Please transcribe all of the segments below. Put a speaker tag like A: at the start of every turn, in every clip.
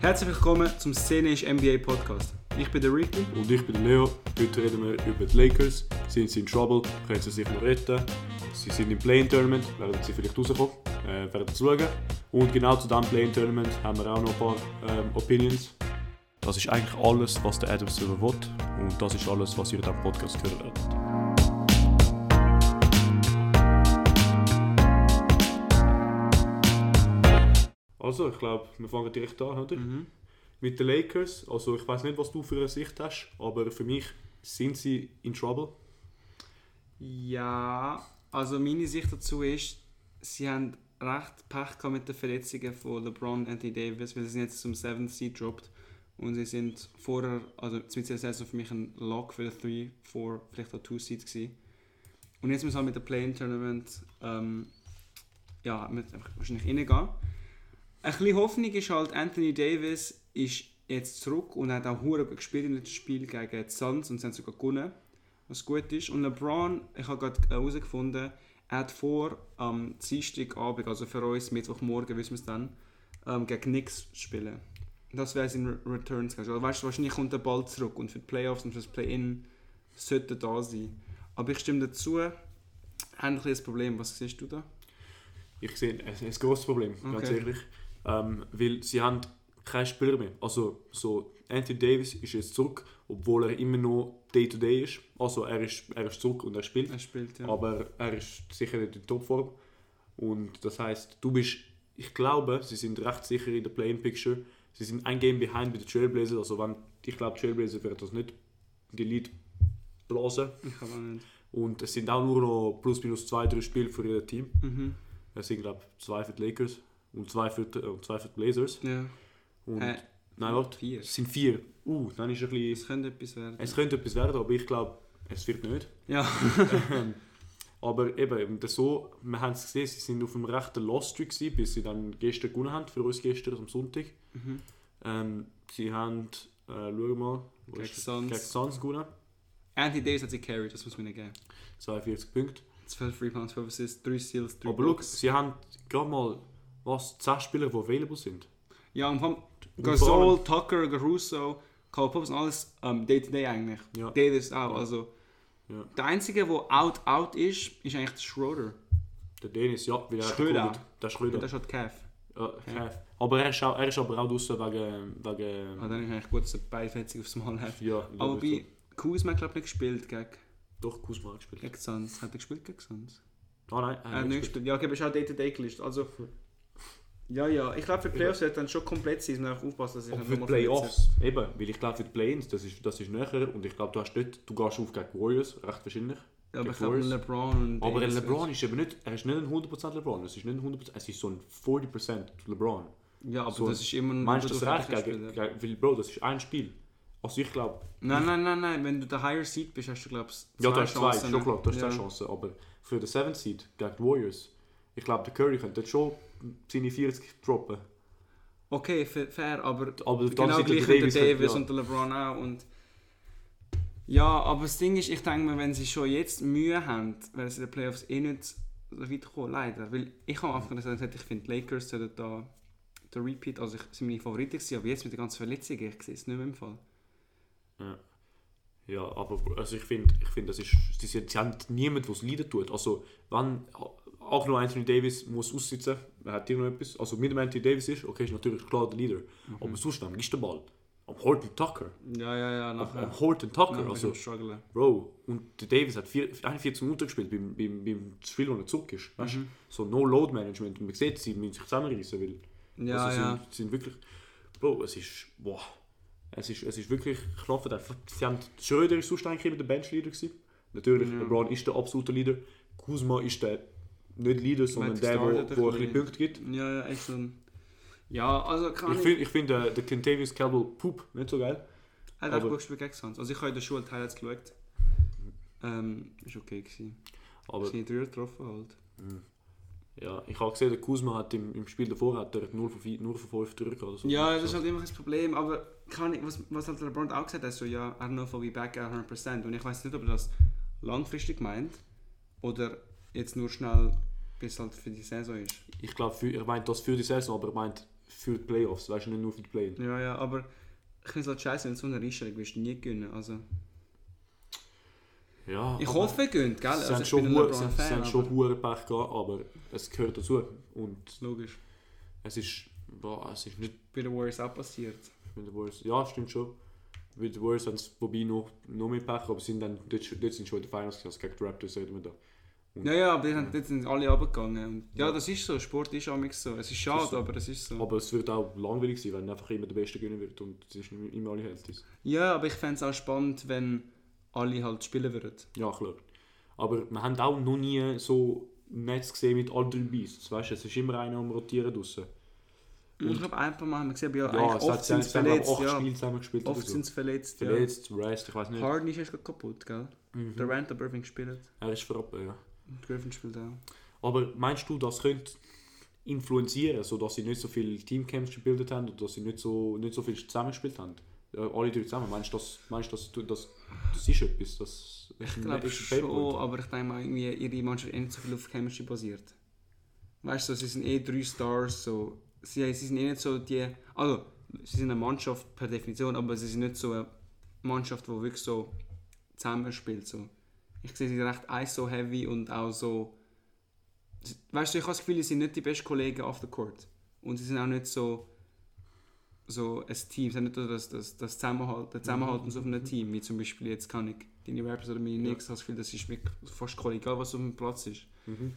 A: Herzlich willkommen zum Szene ist NBA Podcast. Ich bin der Ricky.
B: Und ich bin der Leo. Heute reden wir über die Lakers. Sind sie in Trouble? Können sie sich noch retten? Sie sind im Play-In-Tournament. Werden sie vielleicht rauskommen? Äh, werden sie schauen. Und genau zu diesem Play-In-Tournament haben wir auch noch ein paar ähm, Opinions. Das ist eigentlich alles, was der Adam Silver will. Und das ist alles, was ihr in diesem Podcast hören werdet. Also, ich glaube, wir fangen direkt an, oder? Mit den Lakers, also ich weiß nicht, was du für eine Sicht hast, aber für mich sind sie in Trouble.
A: Ja, also meine Sicht dazu ist, sie haben recht Pech gehabt mit den Verletzungen von LeBron und Anthony Davis, weil sie sind jetzt zum 7th Seed dropped und sie sind vorher, also zu der Saison für mich ein Lock für den 3, 4, vielleicht auch 2 Seed gewesen. Und jetzt müssen wir halt mit dem Play-In-Tournament ähm, ja, mit, einfach wahrscheinlich reingehen. Ein bisschen Hoffnung ist halt, Anthony Davis ist jetzt zurück und hat auch hure gut gespielt im letzten Spiel gegen die Suns und sie haben sogar gewonnen, was gut ist. Und LeBron, ich habe gerade äh, herausgefunden, er hat vor am Dienstagabend, also für uns Mittwochmorgen, wissen wir es dann, ähm, gegen Knicks zu spielen. Das wäre sein Re- Return Schedule. Also weißt, du, wahrscheinlich kommt der Ball zurück und für die Playoffs und für das Play-In sollte er da sein. Aber ich stimme dazu, haben ein bisschen das Problem. Was siehst du da?
B: Ich sehe ein, ein grosses Problem, ganz
A: Okay.
B: ehrlich. Ähm, weil sie haben keinen Spieler mehr. Also so Anthony Davis ist jetzt zurück, obwohl er immer noch Day-to-Day ist. Also er ist, er ist zurück und er spielt.
A: Er spielt ja.
B: aber er ist sicher nicht in Topform. Und das heißt, du bist, ich glaube, sie sind recht sicher in der Playing Picture. Sie sind ein Game behind bei den Trailblazers. Also wenn, ich glaube, die Trailblazers werden das nicht die Lead blasen.
A: Ich kann auch nicht.
B: Und es sind auch nur noch plus minus zwei, drei Spiele für jedes Team.
A: Mhm.
B: Es sind, glaube ich, zwei für die Lakers und zwei für die, und zwei für die Blazers.
A: Ja.
B: Und,
A: Äh,
B: nein, warte,
A: vier.
B: es sind vier. Uh, dann ist ein bisschen,
A: Es könnte etwas werden.
B: es könnte etwas werden, aber ich glaube, es wird nicht.
A: Ja.
B: Ähm, Aber eben, das so, wir haben es gesehen, sie sind auf einem rechten Lost-Streak, gewesen, bis sie dann gestern gewonnen haben, für uns gestern am Sonntag.
A: Mhm.
B: Ähm, sie haben, äh, schauen mal, wo
A: Gegen
B: ist es?
A: Suns.
B: gegen Suns gewonnen,
A: Anthony Davis hat sie carried, das muss man ihnen geben.
B: 42 Punkte.
A: 12 Rebounds, 12 Assists, 3 Steals, 3
B: Aber schau, sie haben gerade mal, was, 10 Spieler, die available sind.
A: Ja, und vom
B: Und vor
A: Gasol, Tucker, Caruso, Karl Pops und alles ähm, Day-to-Day eigentlich.
B: Ja.
A: Davis auch,
B: Ja.
A: also.
B: Ja.
A: Der Einzige, der out-out ist, ist eigentlich der Schroeder.
B: Der Dennis, ja, weil er hat
A: Schröder.
B: Covid. Der
A: Und
B: Schröder.
A: der schaut Calf.
B: Ja, Chef. Aber er ist, auch, er ist aber auch draußen wegen, wegen...
A: Ah, dann ist eigentlich gut, dass er Beifetzig aufs Mal hat.
B: Ja,
A: Aber
B: ich
A: bei Kuzma, glaube ich, nicht gespielt gegen,
B: Doch, Kuzma hat gespielt.
A: gegen Suns. Hat er gespielt gegen Suns?
B: Ah nein, er
A: Er hat nicht gespielt. Ja, okay, aber ist auch Day-to-Day gelistet. Also. Ja, ja. Ich glaube, für die Playoffs wird dann schon komplett sein. Man muss aufpassen, dass ich
B: Aber
A: nicht
B: für die
A: nochmal verletze.
B: Playoffs, eben, weil ich glaube für die Play-Ins, das ist, das ist näher und ich glaube du hast dort, du gehst auf gegen die Warriors, recht wahrscheinlich.
A: Ja, aber
B: Gegen
A: ich glaube,
B: Warriors.
A: LeBron und
B: aber ein
A: Davis
B: LeBron ist eben nicht, er ist nicht ein 100% LeBron, es ist nicht ein 100%, es ist so ein 40% LeBron.
A: Ja, aber
B: So,
A: das ist immer ein
B: Meinst du
A: guter
B: Hm, das recht?
A: Verteidiger.
B: Gegen, gegen, weil Bro, das ist ein Spiel. Also ich glaube,
A: Nein, nein, nein, nein. Wenn du der Higher Seed bist, hast du, glaubst du,
B: ja, du hast zwei, schon klar, du hast
A: ja.
B: zwei Chancen, aber für den 7th Seed gegen die Warriors, ich glaube der Curry könnte dort schon seine 40 droppen.
A: Okay, fa- fair, aber
B: Aber dann
A: genau
B: sind
A: gleich
B: der
A: wie der
B: Davis- halt,
A: Davis
B: ja.
A: und der LeBron auch. Und ja, aber das Ding ist, ich denke mir, wenn sie schon jetzt Mühe haben, werden sie in den Playoffs eh nicht so weit kommen, leider. Weil ich habe am Anfang gesagt, ich finde, die Lakers sollten da der Repeat, also ich sind meine Favoriten gewesen, aber jetzt mit der ganzen Verletzung, ich sehe es nicht mehr im Fall.
B: Ja, aber also ich finde, ich find, das ist, sie, sind- sie haben niemanden, der es leiden tut. Also, wenn auch nur Anthony Davis muss aussitzen, er hat hier noch etwas. Also, mit dem Anthony Davis ist, okay, ist natürlich klar der Leader.
A: Mhm.
B: Aber sonst, wem gibst du den Ball? Am Horton Tucker.
A: Ja, ja, ja, nachher.
B: Am Horton Tucker.
A: nachher
B: Also,
A: also, strugglen.
B: Bro, und der Davis hat vier, 41 Minuten gespielt beim, beim, beim Spiel, wo er zurück ist. Weißt?
A: Mhm.
B: du? So No-Load-Management. Und man sieht, sie müssen sich zusammenreißen, weil
A: Ja,
B: also,
A: ja.
B: Sind, sind wirklich. Bro, es ist. Boah. Es ist, es ist wirklich knapp. einfach. Sie haben Schröder ist sonst eigentlich immer der Benchleader gewesen. Natürlich, LeBron ist der absolute Leader. Kuzma ist der nicht Leader, sondern
A: hat
B: der, der,
A: gestartet
B: der
A: ein
B: ein bisschen
A: bisschen.
B: Punkte gibt.
A: Ja, ja, echt so ein. Ja, also kann
B: Ich finde ich find, äh, der Kentavious Campbell Poop nicht so geil.
A: Er hat auch
B: Aber-
A: gut gespielt gegen Suns. Also ich habe in der Schule Highlights geschaut. Ähm, ist okay gewesen.
B: Aber
A: Ist nicht drüber getroffen halt.
B: ja, ich habe gesehen, der Kuzma hat im, im Spiel davor hat er 0 von 5, 0 von 5 Türken oder so.
A: Ja, das
B: so.
A: ist halt immer ein Problem, aber kann ich, was, was hat LeBron auch gesagt, hat, so ja, I don't know if I'll be back at 100% und ich weiß nicht, ob er das langfristig meint oder jetzt nur schnell, bis halt für die Saison ist.
B: Ich glaube, er meint das für die Saison, aber er meint für die Playoffs, weißt du, nicht nur für die Play-In.
A: Ja, ja, aber ich finde es halt scheiße, wenn du so eine Einstellung wirst du nie gewinnen. Also,
B: Ja,
A: ich
B: aber
A: hoffe, ihr gewinnt, gell?
B: Sie
A: Also,
B: haben
A: ich bin
B: schon
A: ein
B: hu- sie- sie
A: LeBron-Fan.
B: haben schon
A: aber-
B: hohe Pech gehabt, aber es gehört dazu. Und
A: Logisch.
B: es ist, boah, es ist nicht
A: Bei den Warriors auch passiert.
B: mit den Warriors. Ja, stimmt schon. Mit den Warriors haben sie wobei noch, noch mehr Pech, gehabt, aber sie sind dann, dort, sch- dort sind schon in den Finals gewesen, also gegen die Raptors reden wir da.
A: Ja, ja, aber die haben, dort sind alle runtergegangen. Und ja,
B: Ja.
A: das ist so. Sport ist auch so. Es ist schade,
B: so.
A: aber es ist so.
B: Aber es wird auch langweilig sein, wenn einfach immer der Beste gewinnen wird und es ist nicht immer alle healthy.
A: Ja, aber ich fände es auch spannend, wenn alle halt spielen würden.
B: Ja, klar. Aber wir haben auch noch nie so Netz gesehen mit all drei Beasts. Weißt du, es ist immer einer am Rotieren draussen.
A: Und ich glaube, ein paar Mal haben wir gesehen, aber ja,
B: Mhm. Ja,
A: eigentlich
B: es hat
A: oft sind
B: sie
A: sie
B: haben auch
A: verletzt.
B: acht
A: Ja.
B: Spiele zusammen gespielt. oder
A: Oft
B: so.
A: sind sie verletzt. Ja.
B: Verletzt, Mhm. rest, ich weiß nicht.
A: Harden ist erst grad kaputt, gell? Der Rand hat Irving gespielt.
B: Er ist verabredet, ja.
A: Und Griffin spielt auch.
B: Aber meinst du, das könnte influenzieren, sodass sie nicht so viel Teamcamps gebildet haben und dass sie nicht so, nicht so viel zusammengespielt haben? Ja, alle drei zusammen. Meinst du, das, meinst du das, das, das ist etwas? Das ist
A: Ich
B: ein
A: glaube
B: extra Pain
A: schon,
B: Point?
A: aber ich denke mal, irgendwie, ihre Mannschaft ist eh nicht so viel auf Chemistry basiert. Weißt du, so, sie sind eh drei Stars, so. Sie, sie sind eh nicht so die. Also, sie sind eine Mannschaft per Definition, aber sie sind nicht so eine Mannschaft, die wirklich so zusammenspielt. So. Ich sehe sie recht ISO-heavy und auch so. sie- Weißt du, ich habe das Gefühl, sie sind nicht die besten Kollegen auf der Court. Und sie sind auch nicht so. so ein Team. Sie haben nicht so das, das, das Zusammenhalt, den Zusammenhalt so auf einem Team, wie zum Beispiel jetzt kann ich deine Rappers oder meine Knicks, habe das Gefühl, das ist mir fast kollegal, was auf dem Platz ist.
B: Mhm.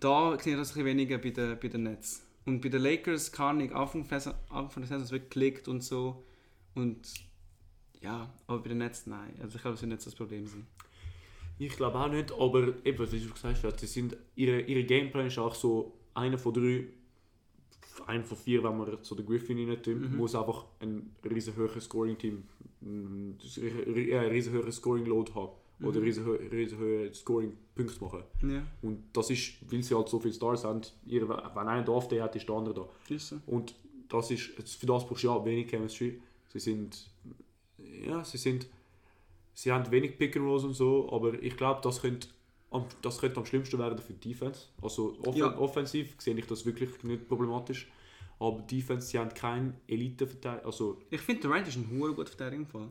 A: Da sehe ich das ein bisschen weniger bei den, bei den Nets. Und bei den Lakers kann ich Anfang der Saison- Anfang der Saison es wirklich klickt und so. Und ja, aber bei den Nets nein. Also ich glaube, das wird nicht so das Problem sein.
B: Ich glaube auch nicht, aber eben, was du gesagt hast, sie sind, ihre, ihre Gameplan ist auch so, einer von drei, einer von vier, wenn man so den Griffin rein tut, muss einfach ein riesen hohes Scoring-Team, ein riesen hohes Scoring-Load haben oder riesen hö- riesen hohe Scoring-Punkte machen.
A: Ja,
B: Und das ist, weil sie halt so viele Stars haben, ihre, wenn einer da auf der hat, ist der andere da.
A: ist so.
B: Und das ist, jetzt für das brauchst du ja wenig Chemistry. Sie sind, ja, sie sind, sie haben wenig Pick and Rolls und so, aber ich glaube, das könnte, am- das könnte am schlimmsten werden für die Defense. Also offen,
A: Ja.
B: offensiv sehe ich das wirklich nicht problematisch. Aber Defense, sie haben keinen Elite-Verteidiger, also
A: Ich finde, Durant ist ein hoher guter Verteidigungsfall.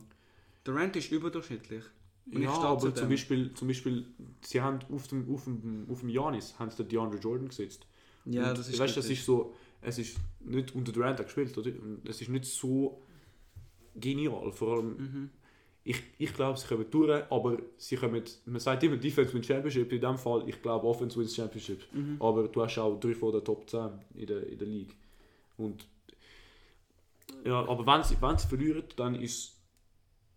A: Durant ist überdurchschnittlich. Und
B: ja,
A: ich stehe zu
B: aber
A: dem.
B: zum Beispiel, zum Beispiel, sie haben auf dem, auf dem, auf dem Janis haben sie den DeAndre Jordan gesetzt.
A: Ja,
B: und,
A: das ist
B: Weißt, das
A: richtig.
B: ist so, es ist nicht unter Durant hat gespielt, oder? Und Es ist nicht so genial. Vor allem,
A: Mhm.
B: ich, ich glaube, sie kommen durch, aber sie kommen, man sagt immer Defense wins Championship, in dem Fall, ich glaube Offense wins Championship.
A: Mhm.
B: Aber du hast auch drei von der Top 10 in der, in der League. Und ja, aber wenn sie, wenn sie verlieren, dann ist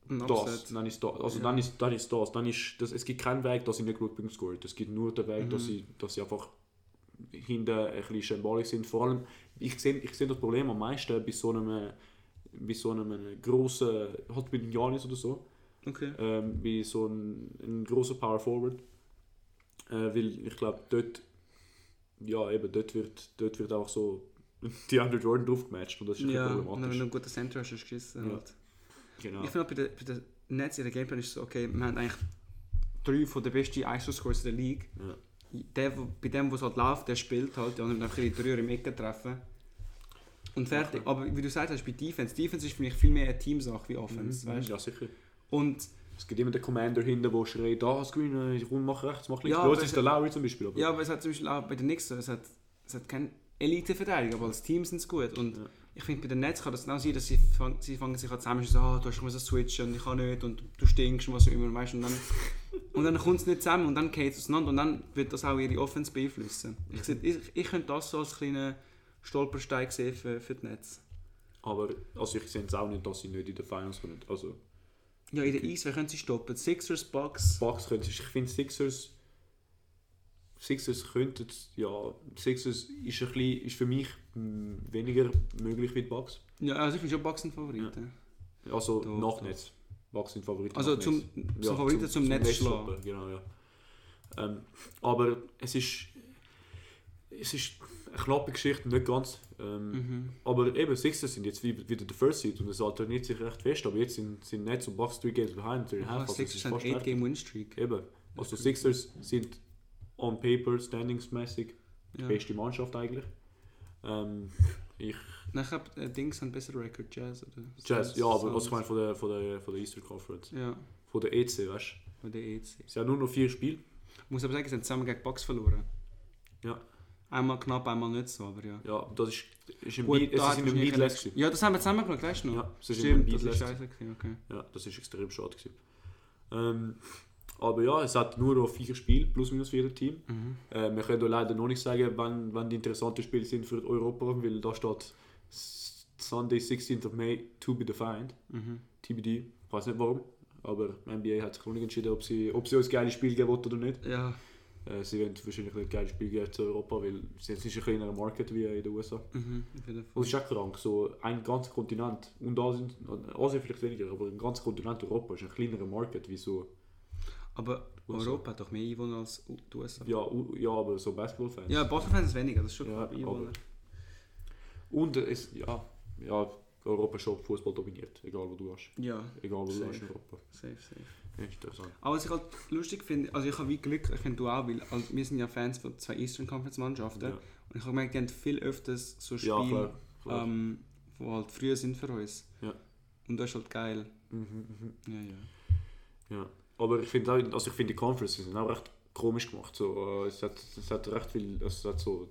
A: Ein
B: das,
A: Upset.
B: dann ist das, also dann ist, dann ist das, dann ist das, es gibt keinen Weg, dass sie nicht genug Punkte scoren. Es gibt nur den Weg,
A: Mhm.
B: dass, sie, dass sie einfach hinten ein bisschen schambolisch sind. Vor allem, ich sehe ich seh das Problem am meisten bei so einem, äh, bei so einem grossen, halt bei den Janis oder so,
A: Okay.
B: ähm, bei so einem, einem grossen Power Forward. Äh, weil ich glaube, dort, ja eben, dort wird, dort wird auch so die andere Jordan draufgematcht und das ist
A: Ja,
B: ja,
A: und wenn du
B: problematisch.
A: einen guten Center hast, hast du geschissen.
B: Ja.
A: Halt.
B: Genau.
A: Ich finde auch bei den, bei den Nets, ihre Gameplan ist so, okay, wir haben eigentlich drei von den besten ISO-Scores der League.
B: Ja.
A: Der, wo- bei dem, was halt läuft, der spielt halt, die anderen einfach die Dreier im Ecken treffen. Und fertig. Aber wie du gesagt hast, bei Defense, Defense ist für mich viel mehr eine Teamsache wie Offense, weißt du?
B: Mhm. Ja, sicher.
A: Und
B: Es gibt immer den Commander hinten, der schreit, da das Green, ich rum, mach rechts, mach links.
A: Ja,
B: Ja, das
A: aber-
B: ist der Lowry zum Beispiel. Aber
A: ja, aber es hat zum Beispiel auch bei den Knicks so, es hat, es hat keine Elite-Verteidigung, aber als Team sind sie gut. Und
B: Ja.
A: ich finde, bei den Nets kann das genau sein, dass sie, fang, sie fangen sich an zusammen und so, ah, du hast schon switchen und ich kann nicht und du stinkst und was auch immer, weißt du, und dann, und dann kommt es nicht zusammen und dann geht es auseinander und dann wird das auch ihre Offense beeinflussen. Ich, seh- ich, ich könnte das so als kleinen Stolperstein sehen für, für die Nets.
B: aber also ich sehe es auch nicht, dass sie nicht in den Finals kommen. Also,
A: Ja, in der Eis, wer können sie stoppen? Sixers, Bucks,
B: Bucks könnte ich finde Sixers, Sixers könnten, ja, Sixers ist, ein bisschen, ist für mich mm, weniger möglich wie die Bucks.
A: ja, also ich bin schon Bucks ein Favorit. Ja.
B: Also
A: Doch,
B: nach
A: doch.
B: Netz. Bucks sind Favoriten
A: Also
B: nach
A: zum-
B: Netz.
A: zum Favoriten zum Netz schlagen.
B: stoppen, Genau, ja. Ähm, aber es ist, es ist eine knappe Geschichte, nicht ganz. Ähm,
A: Mhm.
B: Aber eben, Sixers sind jetzt wie- wieder der First Seed und es alterniert sich recht fest, aber jetzt sind, sind Nets und Bucks 3 Games behind, 3
A: Ah,
B: half, also es ist
A: Sixers haben
B: fast
A: 8
B: fertig.
A: game win streak
B: Eben, also Sixers sind on paper, standingsmäßig die
A: Ja.
B: beste Mannschaft eigentlich. Ähm, ich,
A: Nachher äh, Dings haben besser Record Jazz oder?
B: Jazz, ja, aber was ich
A: Sounds.
B: meine von der, von, der, von der Eastern Conference.
A: Ja,
B: Von der EC, weißt du?
A: von der EC.
B: Sie haben nur noch vier Spiele.
A: Ich muss aber sagen, sie haben zusammen gegen Box verloren.
B: Ja.
A: Einmal knapp, einmal nicht so, aber ja.
B: Ja, das ist, ist im
A: Gut,
B: Beat, es
A: da
B: ist
A: hat
B: in einem
A: wahrscheinlich
B: Beat less gewesen.
A: Ja, das haben wir zusammen gemacht, weißt du noch?
B: Ja, es ist in einem
A: Stimmt,
B: Beat
A: das ist
B: less.
A: scheiße gewesen, okay.
B: Ja, das ist extrem schade gewesen. Ähm, aber ja, es hat nur noch vier Spiele, plus minus vier Team. Äh, wir können auch leider noch nicht sagen, wann, wann die interessanten Spiele sind für Europa, weil da steht S- Sunday, 16th of May, to be defined.
A: Mhm.
B: TBD, ich weiß nicht warum, aber die NBA hat sich noch nicht entschieden, ob sie, ob sie uns geile Spiele geben wollen oder nicht.
A: Ja,
B: Äh, sie werden wahrscheinlich nicht geile Spiele geben zu Europa, weil sie sind sicher in einer Market wie in den USA.
A: mhm, auf jeden Fall.
B: Und es ist auch krank, so ein ganzes Kontinent, und Asien, Asien vielleicht weniger, aber ein ganzes Kontinent Europa ist ein kleinerer Market wie so,
A: Aber
B: USA.
A: Europa hat doch mehr Einwohner als U- die USA.
B: ja, u- ja aber so Basketballfans.
A: Ja, Basketballfans weniger, das ist schon
B: Ja,
A: knapp Einwohner.
B: aber- Und es, ja, ja, Europa ist schon Fußball dominiert, egal wo du gehst.
A: Ja,
B: Egal wo du
A: Safe.
B: gehst in Europa.
A: safe, safe.
B: Ja, Interessant.
A: Aber was ich halt lustig finde, also ich habe wie Glück, ich finde du auch, weil also wir sind ja Fans von zwei Eastern Conference Mannschaften
B: Ja.
A: und ich habe gemerkt, die haben viel öfters so Spiele,
B: Ja, klar. klar.
A: ähm, wo halt früher sind für uns.
B: Ja.
A: Und das ist halt geil.
B: Mhm, mhm.
A: Ja, ja.
B: Ja, aber ich finde auch, also ich finde die Conferences sind auch recht komisch gemacht. So, äh, es, hat, es hat recht viel, also es hat so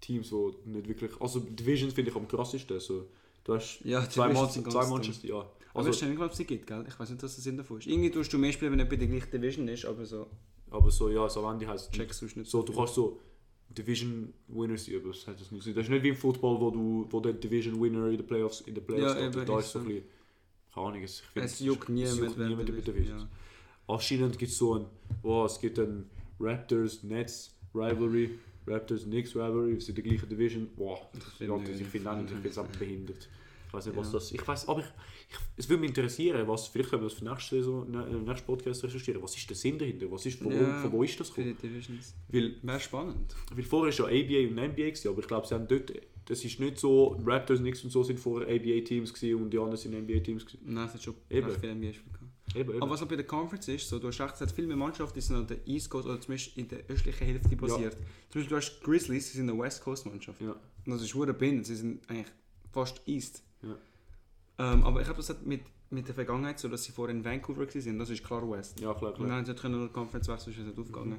B: Teams, wo nicht wirklich, also Divisions finde ich am krassesten. So, du hast
A: Ja,
B: zwei,
A: Divisions
B: Mann,
A: sind
B: zwei
A: ganz
B: Mannschaften, ja.
A: aber ich
B: Also,
A: stelle mir, glaube sie gibt, gell? Ich weiß nicht, was der Sinn davon ist. Irgendwie tust du mehr spielen, wenn jemand in der gleichen Division ist, aber so
B: aber so, ja, so am Ende heißt
A: checkst du es nicht.
B: So, du kannst so Division Winners üben, das hat das nicht Sinn. Das ist nicht wie im Football, wo du wo der Division Winner in den Playoffs in den Playoffs
A: Ja,
B: steht.
A: eben,
B: da
A: ist
B: ist so ein
A: so.
B: bisschen, keine Ahnung, es- ich finde,
A: es juckt
B: es
A: niemand,
B: juckt
A: wer
B: niemand über
A: Division-
B: Divisions.
A: ja.
B: Anscheinend gibt es so ein, oh, es gibt ein Raptors, Nets, Rivalry, Raptors, Knicks, Rivalry, es sind die gleiche Division. Boah, das
A: finde
B: ja, das-
A: ich
B: ich finde auch nicht, ich
A: nicht.
B: finde es einfach behindert. Ich weiß nicht, was
A: Ja.
B: das Ich weiß, aber ich, ich, es würde mich interessieren, was, vielleicht können wir das für nächste Saison, ne, äh, nächsten Podcast recherchieren. Was ist der Sinn dahinter? Was ist, von,
A: Ja.
B: wo, von wo ist das
A: Für die
B: gekommen?
A: Divisions.
B: Weil,
A: Wäre spannend.
B: weil vorher ist ja ABA und NBA, gewesen, aber ich glaube, sie haben dort, das ist nicht so, Raptors, Knicks und so sind vorher ABA-Teams gewesen und die anderen sind NBA-Teams gewesen.
A: Nein, es hat schon
B: Eben.
A: recht viele NBA-Spiele gehabt.
B: Eben, eben.
A: Aber was auch bei der Conference ist, so, du hast recht, es hat viel mehr Mannschaften, die sind an der East Coast oder zumindest in der östlichen Hälfte basiert. Zum Beispiel du hast die Grizzlies, sie sind eine West Coast Mannschaft.
B: Ja.
A: Und das ist hure blind, sie sind eigentlich fast East.
B: Ja.
A: Ähm, aber ich glaube, das hat mit, mit der Vergangenheit so, dass sie vorher in Vancouver waren, das ist klar West.
B: ja, klar,
A: Und
B: Mhm. klar.
A: dann haben sie können nur die Conference wechseln, ist das nicht aufgegangen.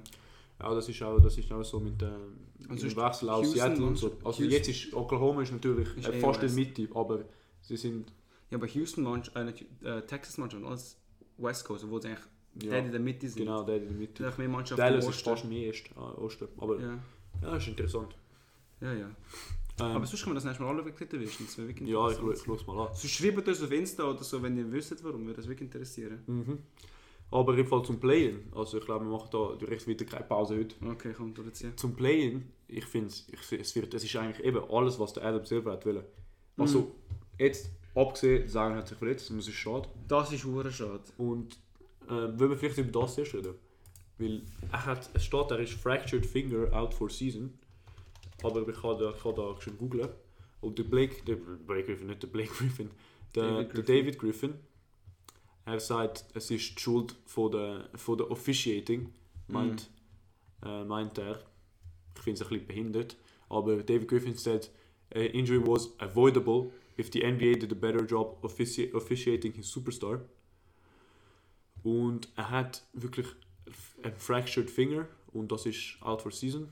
B: Ja, das ist auch, das ist auch so mit ähm,
A: Und
B: dem
A: sonst
B: Wechsel aus
A: Also Houston
B: Seattle und
A: und-
B: so. Also
A: Houston-
B: jetzt ist Oklahoma ist natürlich
A: Ist
B: äh,
A: eh
B: fast in
A: West.
B: der Mitte, aber sie sind
A: Ja, aber Houston Mannschaft, äh, nicht- äh, Texas Mannschaft, alles West Coast, obwohl sie eigentlich
B: Ja.
A: der in der Mitte sind.
B: genau der in der
A: Es sind
B: Mitte.
A: eigentlich mehr Mannschaften
B: Dallas
A: im
B: ist
A: Osten.
B: fast mehr Ost, ah, Osten, aber ja.
A: Ja,
B: ist interessant.
A: ja, ja.
B: Ähm,
A: Aber sonst können wir das nächste Mal alle wegklicken, das wäre wirklich
B: ja, ich,
A: interessant.
B: ich schaue es mal an.
A: So schreibt uns auf Insta oder so, wenn ihr wisst, warum wir das wirklich interessieren.
B: Mhm. Aber im Fall zum Playen, also ich glaube, wir machen da recht wieder keine Pause heute.
A: Okay, komm, durchziehen.
B: zum Playen, ich finde ich, es wird, es ist eigentlich eben alles, was der Adam Silver hat wollen. Also jetzt abgesehen, Sagen hat sich verletzt und es ist schade.
A: Das ist hure schade.
B: Und äh, wollen wir vielleicht über das zuerst reden? Weil er hat, es steht, er ist fractured finger out for season. Aber ich kann da, ich kann da schon googlen. Und der Blake, der Blake Griffin, nicht der Blake Griffin, der
A: David
B: David Griffin, der David Griffin er sagt, es ist die Schuld von der, von der Officiating, meint, äh, meint er. Ich finde es ein bisschen behindert. Aber David Griffin said, äh, injury was avoidable if the NBA did a better job offici officiating his superstar. Und er hat wirklich einen fractured finger und das ist out for season.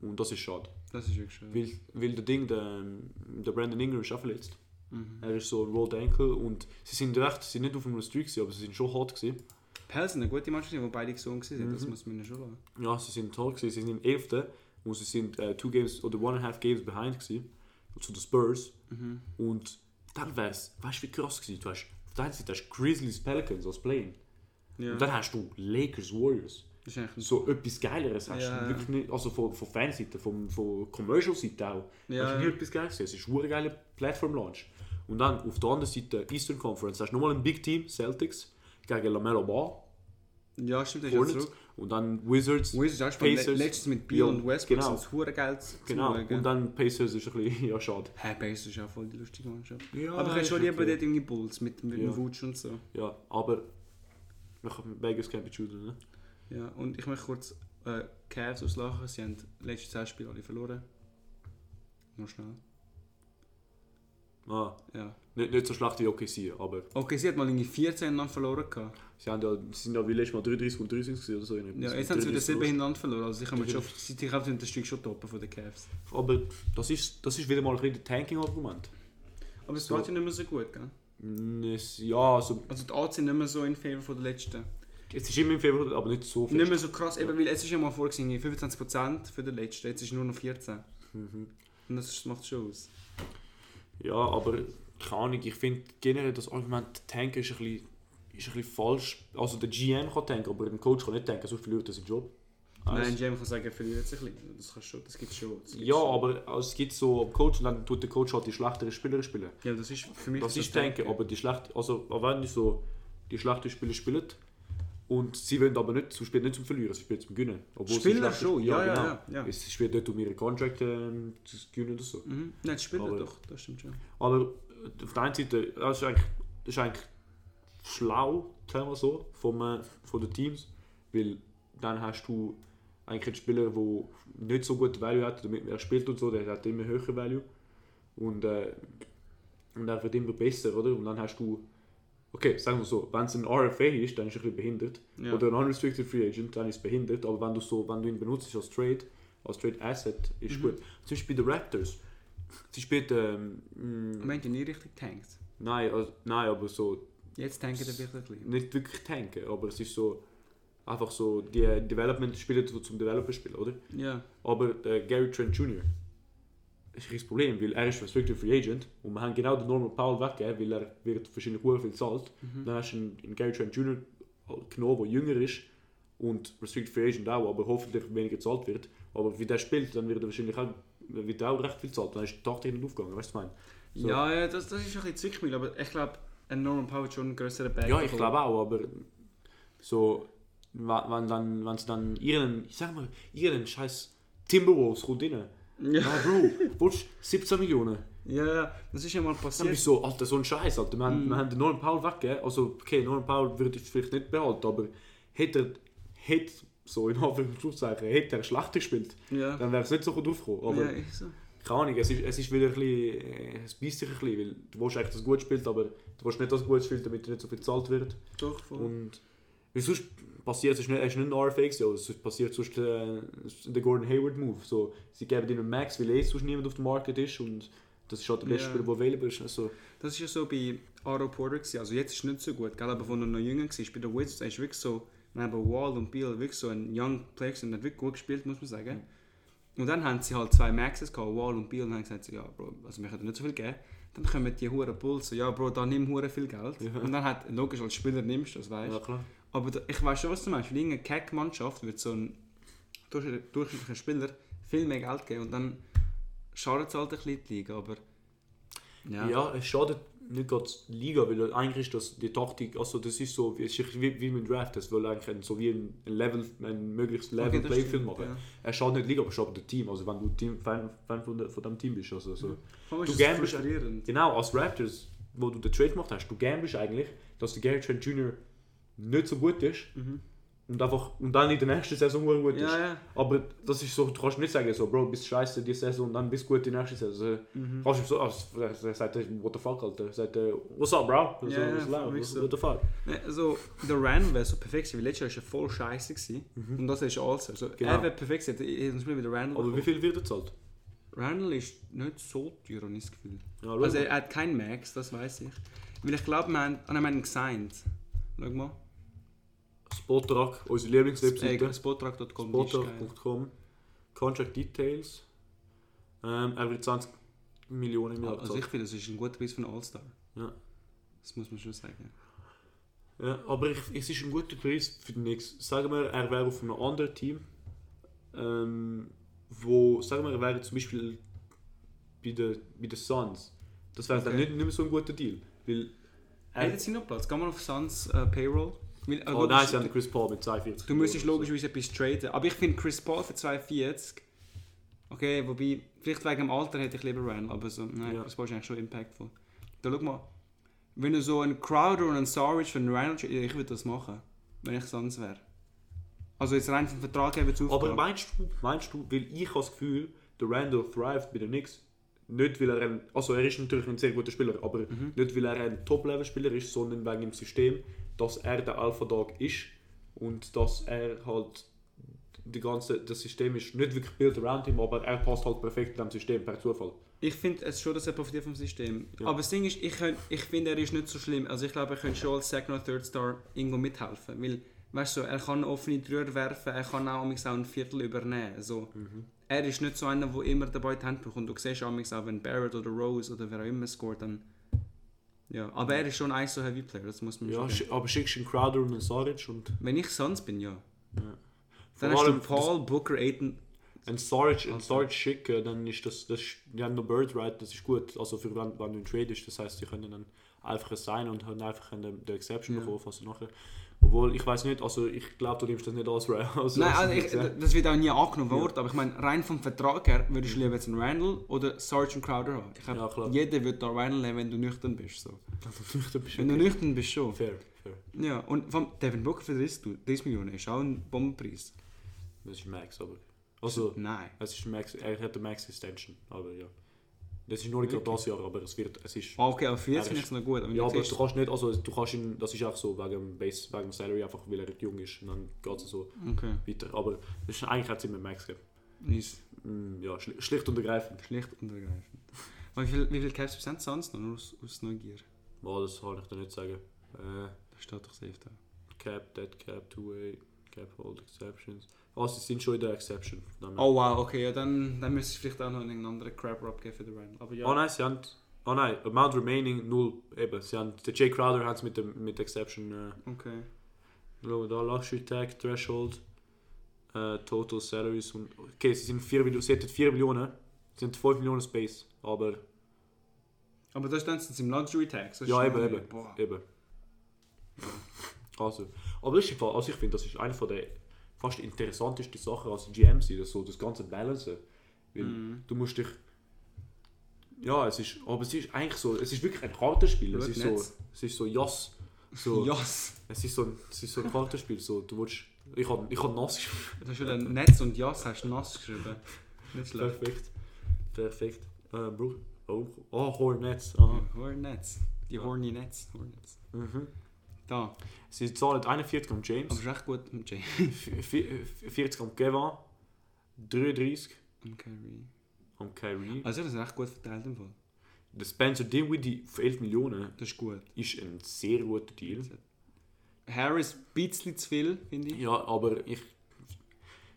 B: Und das ist schade.
A: Das ist wirklich schade.
B: Weil, weil der Ding, der, der Brandon Ingram ist auch verletzt.
A: Mhm.
B: Er ist so ein Rolled Ankle und sie sind recht, sie sind nicht auf einem Streak gewesen, aber sie sind schon hart gewesen.
A: Pels sind eine gute Mannschaft, die beide gesund waren. Das
B: Mhm.
A: muss man ihnen schon lassen.
B: Ja, sie sind hart gewesen, sie sind im 11. und sie sind äh, two games oder one and a half games behind gewesen, zu den Spurs.
A: Mhm.
B: Und dann wär's, weißt du wie krass gewesen, du hast, auf der einen Seite hast du Grizzlies Pelicans als Play-In
A: Ja.
B: und dann hast du Lakers Warriors.
A: Das ist eigentlich
B: so etwas Geileres hast.
A: Ja,
B: du
A: ja.
B: Wirklich nicht, also von, von Fanseite, von, von Commercial-Seite auch.
A: Ja,
B: hast
A: ja.
B: du nie etwas Geiles gesehen. Es ist ein geiler Plattform-Launch. Und dann auf der anderen Seite Eastern Conference hast du nochmal ein Big Team, Celtics, gegen LaMelo Ball,
A: Ja, stimmt, das ist ja
B: Hornets
A: zurück.
B: und dann Wizards.
A: Wo ist es auch spannend? Le-
B: Pacers.
A: Letztes mit Bill
B: Ja,
A: und Westbrook
B: genau.
A: genau. sind hure geil zu
B: Genau,
A: zuschauen.
B: und dann Pacers ist ein bisschen, ja schade.
A: Hä, Pacers ist ja voll die lustige Mannschaft.
B: Ja,
A: Aber ich hätte
B: ist
A: schon lieber
B: okay.
A: dort irgendwie Bulls mit, mit
B: Ja.
A: dem Wutsch und so.
B: Ja, aber wir können Vegas Camp Children, ne?
A: Ja, und ich möchte kurz äh, Cavs auslachen. Sie haben die letzten 10 Spiele alle verloren. Nur schnell.
B: Ah,
A: Ja.
B: nicht, nicht so schlecht wie OKC, aber
A: Okay, sie hat mal irgendwie 14 lang verloren gehabt.
B: sie, haben ja, sie sind ja wie letztes Mal 33 und 30 gewesen oder so.
A: Ja, jetzt haben sie wieder 7
B: hin.
A: hintereinander verloren. Also sie haben schon, sie die haben das Stück schon toppen von den Cavs.
B: Aber das ist, das ist wieder mal ein bisschen Tanking-Argument.
A: Aber es geht ja nicht mehr so gut, gell?
B: Mm, es- Ja, also,
A: Also die Odds sind nicht mehr so in Favor von der letzten.
B: es ist immer im Februar, aber nicht so viel.
A: Nicht mehr so krass, eben weil es ist ja mal vorgesehen, 25% für den letzten, jetzt ist nur noch 14. Mhm. Und das macht schon aus.
B: Ja, aber keine Ahnung, ich finde generell das Argument tanken ist ein, bisschen, ist ein bisschen falsch. Also der GM kann tanken, aber ein Coach kann nicht tanken, sonst verliert er seinen Job. Also-
A: Nein, Jam kann sagen, er verliert sich ein bisschen. Das, kannst du schon, das gibt es schon. Das gibt's
B: ja,
A: schon.
B: aber also, es gibt so einen Coach und dann tut der Coach halt die schlechteren Spieler spielen.
A: Ja, das ist für mich...
B: Das ist tanken, aber die schlecht, also auch wenn die so die schlechten Spieler spielen und sie wollen aber nicht, sie spielen nicht zum Verlieren, sie spielen zum Gewinnen. Obwohl sie
A: Spieler
B: schlechte-
A: schon, ja, ja, ja, ja.
B: Es spielt nicht um ihre Contract ähm, zu gewinnen oder so.
A: Mhm. Nein, das spielt
B: Aber-
A: er doch, das stimmt schon.
B: Aber äh, auf der einen Seite ja, ist eigentlich, ist eigentlich schlau, sagen wir so, vom, äh, von den Teams, weil dann hast du eigentlich einen Spieler, der nicht so gute Value hat, damit er spielt und so, der hat immer höhere Value und, äh, und er wird immer besser, oder? Und dann hast du, okay, sagen wir so, wenn es ein RFA ist, dann ist er ein bisschen behindert
A: Ja.
B: oder ein Unrestricted Free Agent, dann ist es behindert, aber wenn du, so, wenn du ihn benutzt als Trade, als Trade Asset, ist gut. Zum Beispiel bei den Raptors, sie spielt ähm, mh,
A: Moment, ich nie richtig tankt.
B: Nein, also, nein, aber so
A: Jetzt tankt er wirklich ein bisschen.
B: nicht wirklich tanken, aber es ist so einfach so die äh, Development-Spieler die zum Developer spielen, oder?
A: Ja.
B: Aber äh, Gary Trent Jr. ist ein Problem, weil er ist Restricted Free Agent und wir haben genau den Norman Powell weggegeben, weil er wird wahrscheinlich sehr viel zahlt. Dann hast du einen, einen Gary Trent Jr. genommen, der jünger ist und Restricted Free Agent auch, aber hoffentlich weniger gezahlt wird. Aber wie der spielt, dann wird er wahrscheinlich auch, wird er auch recht viel zahlt. Dann ist die Taktik nicht aufgegangen, weißt du, was ich meine? So.
A: Ja, ja, das, das ist ein bisschen Zwickmühl, aber ich glaube, ein Norman Powell hat schon einen grösseren Bag.
B: Ja, ich
A: bekommen.
B: glaube auch, aber so, wa- wenn, dann, wenn sie dann ihren, ich sag mal, ihren scheiß Timberwolves kommt rein. Ja,
A: Ja.
B: Bro, willst du 17 Millionen?
A: ja, ja, das ist ja mal
B: Dann bin
A: passiert.
B: ich so, Alter, so ein Scheiß, Alter. Wir, haben, wir haben den Norman Powell weggegeben. Also, okay, Norman Powell würde ich vielleicht nicht behalten, aber hätte er, hätte, so in Anführungszeichen, hätte er schlechter gespielt,
A: Ja.
B: dann wäre es nicht so gut aufgekommen. Aber,
A: ja, ich so.
B: keine Ahnung, es ist, es ist wieder ein bisschen, äh, es beißt dich ein bisschen, weil du willst eigentlich, dass es gut spielt, aber du willst nicht, dass es gut spielt, damit er nicht so viel bezahlt wird.
A: Doch, voll.
B: Und weil sonst passiert es nicht, es ist nicht ein RFA, gewesen, also es passiert sonst äh, der Gordon Hayward Move. So, sie geben ihm einen Max, weil eh sonst niemand auf dem Markt ist und das ist halt der beste
A: Ja.
B: Spieler, der available ist. Also,
A: Das ist ja so bei Otto Porter, gewesen. also jetzt ist es nicht so gut, gell? aber als er noch jünger war, bei den Wizards, er ist wirklich so, neben Wall und Beal, wirklich so ein Young Player gewesen und hat wirklich gut gespielt, muss man sagen. Und dann haben sie halt zwei Maxes gehabt, Wall und Beal, und haben gesagt, so, ja Bro, also wir können dir nicht so viel geben. Dann kommen die huren Bulls, so, ja Bro, da nimm hure viel Geld. Und dann hat, logisch, als Spieler nimmst du das, weißt
B: ja, klar.
A: aber da, ich weiß schon, was du meinst. Für irgendeine Kack-Mannschaft wird so ein durchschnittlicher durchschnittlicher Spieler viel mehr Geld geben und dann schadet es halt ein bisschen die Liga, aber...
B: Ja. es schadet nicht gerade die Liga, weil eigentlich ist das die Taktik, also das ist so, es ist wie, wie mit Draft, es will eigentlich ein, so wie ein, ein Level, ein möglichst Level
A: das
B: Playfield
A: stimmt,
B: machen.
A: ja.
B: Er schadet nicht die Liga, aber es schadet das Team, also wenn du Team, Fan, Fan von, de, von dem Team bist. Also, so.
A: Vor allem
B: Du
A: ist es
B: gamblest-
A: frustrierend.
B: Genau, als Raptors, wo du den Trade gemacht hast, du gamblest eigentlich, dass der Gary Trent Jr. nicht so gut ist und einfach und dann in der nächsten Saison sehr gut
A: Mhm. Ja,
B: ist.
A: ja.
B: Aber das ist so, du kannst nicht sagen, so, Bro, bist scheiße die Saison und dann bist gut die nächste Saison.
A: Mhm.
B: Kannst du so, also, er sagt, er, what the fuck, Alter. Er sagt, äh, what's up, Bro? Also,
A: ja,
B: what's
A: für
B: loud?
A: mich
B: What's-
A: so.
B: What the fuck?
A: Ne, Also, der Ran wäre so perfekt gewesen, weil letztes Jahr war er voll scheiße gewesen. und das ist alles. Also,
B: Mhm. Genau.
A: Er wäre perfekt gewesen, hätte ich- hätte ein Spiel wie der Randall
B: Aber wie
A: bekommen.
B: viel wird er zahlt?
A: Randall ist nicht so teuer, habe ich das Gefühl.
B: Ja,
A: Also
B: schau.
A: er hat keinen Max, das weiß ich. Weil ich glaube, wir haben, ah, nein, wir haben ihn gesigned. Schau mal.
B: Spotrack, unsere
A: Äh,
B: Lieblingswebseite.
A: Spotrack.com die ist geil.
B: Spotrack.com. Contract Details. Ähm, er wird 20 Millionen im Jahr
A: Also
B: gezahlt.
A: ich finde, das ist ein guter Preis für einen All-Star.
B: Ja. Äh,
A: Das muss man schon sagen.
B: Ja, aber ich, es ist ein guter Preis für den nächsten. Sagen wir, er wäre auf einem anderen Team, ähm, wo, sagen wir, er wäre zum Beispiel bei den, bei den Suns. Das wäre dann
A: Okay.
B: nicht, nicht mehr so ein guter Deal. Weil er,
A: Hätten sie noch Platz? Gehen wir auf Suns äh, Payroll? Weil, äh,
B: oh
A: logisch-
B: nein, sie haben den Chris Paul mit 42.
A: Du müsstest
B: Millionen.
A: logischerweise etwas traden. Aber ich finde Chris Paul für 2,40. Okay, wobei, vielleicht wegen dem Alter hätte ich lieber Randall, aber so, nein,
B: Ja.
A: Chris Paul ist eigentlich schon impactful. Da schau mal, wenn du so einen Crowder und einen Sarge für einen Randall tradest, ich würde das machen, wenn ich sonst wäre. Also jetzt rein vom Vertrag her wird es
B: Aber
A: aufgegangen.
B: meinst du, meinst du, weil ich habe das Gefühl, der Randall thrived bei den Knicks, Nicht, weil er ein, also er ist natürlich ein sehr guter Spieler, aber
A: Mhm.
B: nicht, weil er ein Top-Level-Spieler ist, sondern wegen dem System, dass er der Alpha-Dog ist und dass er halt die ganze, das System ist nicht wirklich built around him, aber er passt halt perfekt in dem System per Zufall.
A: Ich finde es schon, dass er profitiert vom System.
B: Ja.
A: Aber das Ding ist, ich, könnt- ich finde, er ist nicht so schlimm. Also ich glaube, er könnte schon als Second oder Third Star irgendwo mithelfen. Weil, weißt du, er kann offene Dreier werfen, er kann auch, manchmal auch ein Viertel übernehmen. So.
B: Mhm.
A: Er ist nicht so einer, der immer dabei die Hand bekommt. Du siehst auch, manchmal auch, wenn Barrett oder Rose oder wer auch immer scoret, dann... Ja, aber er ist schon ein so heavy Player, das muss man
B: Ja,
A: schon sagen.
B: sch- aber schickst du einen Crowder und einen Saric und
A: Wenn ich Suns bin, ja.
B: Vor
A: Dann hast du
B: allem-
A: Paul, Booker, Aiton...
B: einen Saric, einen Saric schicken, dann ist das, das ist- die haben noch Bird Right, das ist gut, also für wenn, wenn du einen Trade ist, das heißt, die können dann einfach es sein und haben einfach den, den Exception
A: Ja.
B: bekommen, falls du nachher... Obwohl, ich weiß nicht, also ich glaube, du nimmst das nicht als Ra- als-
A: Nein,
B: als-
A: also ich, d- das wird auch nie angenommen worden, aber ich meine, rein vom Vertrag her würdest du lieber jetzt einen Randall oder Sergeant Crowder haben. Ich glaub,
B: Ja, klar.
A: jeder wird da Randall nehmen, wenn du nüchtern bist. So.
B: Du bist
A: Wenn du nüchtern bist, schon.
B: Fair, fair.
A: Ja, und vom Devin Booker für 30, du- 30 Millionen ist auch ein Bombenpreis.
B: Das ist Max, aber... Also,
A: Nein.
B: es ist Max, er hat eine Max-Extension, aber ja. Das ist noch nicht gerade das Jahr, aber es wird, es ist...
A: Ah, okay, aber für
B: Er
A: jetzt
B: ist-
A: finde ich es noch gut. Aber
B: Ja,
A: jetzt
B: aber
A: ist-
B: du kannst nicht, also du kannst ihn, das ist auch so, wegen dem Base, wegen dem Salary, einfach weil er jung ist und dann geht es so
A: okay,
B: weiter. Aber das ist, eigentlich hat es immer Max gegeben.
A: nice.
B: Mm, ja, schli- schlicht und ergreifend.
A: Schlicht und ergreifend. Aber Wie viel, wie viel Caps sind sonst noch? Nur aus, aus Neugier.
B: Boah, das kann ich dir nicht sagen. Äh,
A: Das steht doch safe da.
B: cap, dead cap, two-way, cap hold, exceptions. Ah, sie sind schon in der Exception. Dann-
A: Oh wow, okay, ja, dann, dann müsste ich vielleicht auch noch einen anderen Crab Rob geben für den Randall. Aber
B: Oh
A: ja,
B: nein, sie haben... Oh nein, amount remaining, null. Eben, sie haben... Der Jay Crowder hat es mit, dem- mit Exception... Äh,
A: okay.
B: Schau, da Luxury Tag, Threshold, äh, Total Salaries und. Okay, sie sind 4 Millionen, sie hätten 4 Millionen, sie sind 5 Millionen Space, aber
A: Aber das stand jetzt im Luxury Tax.
B: Ja, eben, eben.
A: Boah.
B: eben. Also, aber das ist im Fall, also ich finde, das ist eine von der fast interessantesten Sachen als GM sein, das, so, das ganze Balancen. Weil
A: Mhm.
B: du musst dich. Ja, es ist. Aber es ist eigentlich so, es ist wirklich ein Kartenspiel. Es
A: Schau,
B: ist so,
A: Netz.
B: es ist so Jass. So,
A: Jas.
B: Es ist so ein, es ist so ein Kartenspiel. So, du willst, ich habe ich hab nass gespielt.
A: Du hast wieder Netz und Jas hast du nass geschrieben. Nicht schlecht.
B: Perfekt. Perfekt. Äh, Bro oh, oh, Hornets. Aha.
A: Horn Netz. Die horny Netz. Hornets.
B: Mhm.
A: Da.
B: Sie zahlen 41 am
A: Aber es
B: James,
A: ist recht gut mit Jay.
B: vi- vi- 40 am Kevin, 33
A: Und Kyrie.
B: am Kyrie.
A: Also das ist recht gut verteilt im Fall.
B: Der Spencer Dinwiddie für 11 Millionen
A: Das ist gut.
B: ist ein sehr guter Deal.
A: Harris ein bisschen zu viel, finde ich.
B: Ja, aber ich,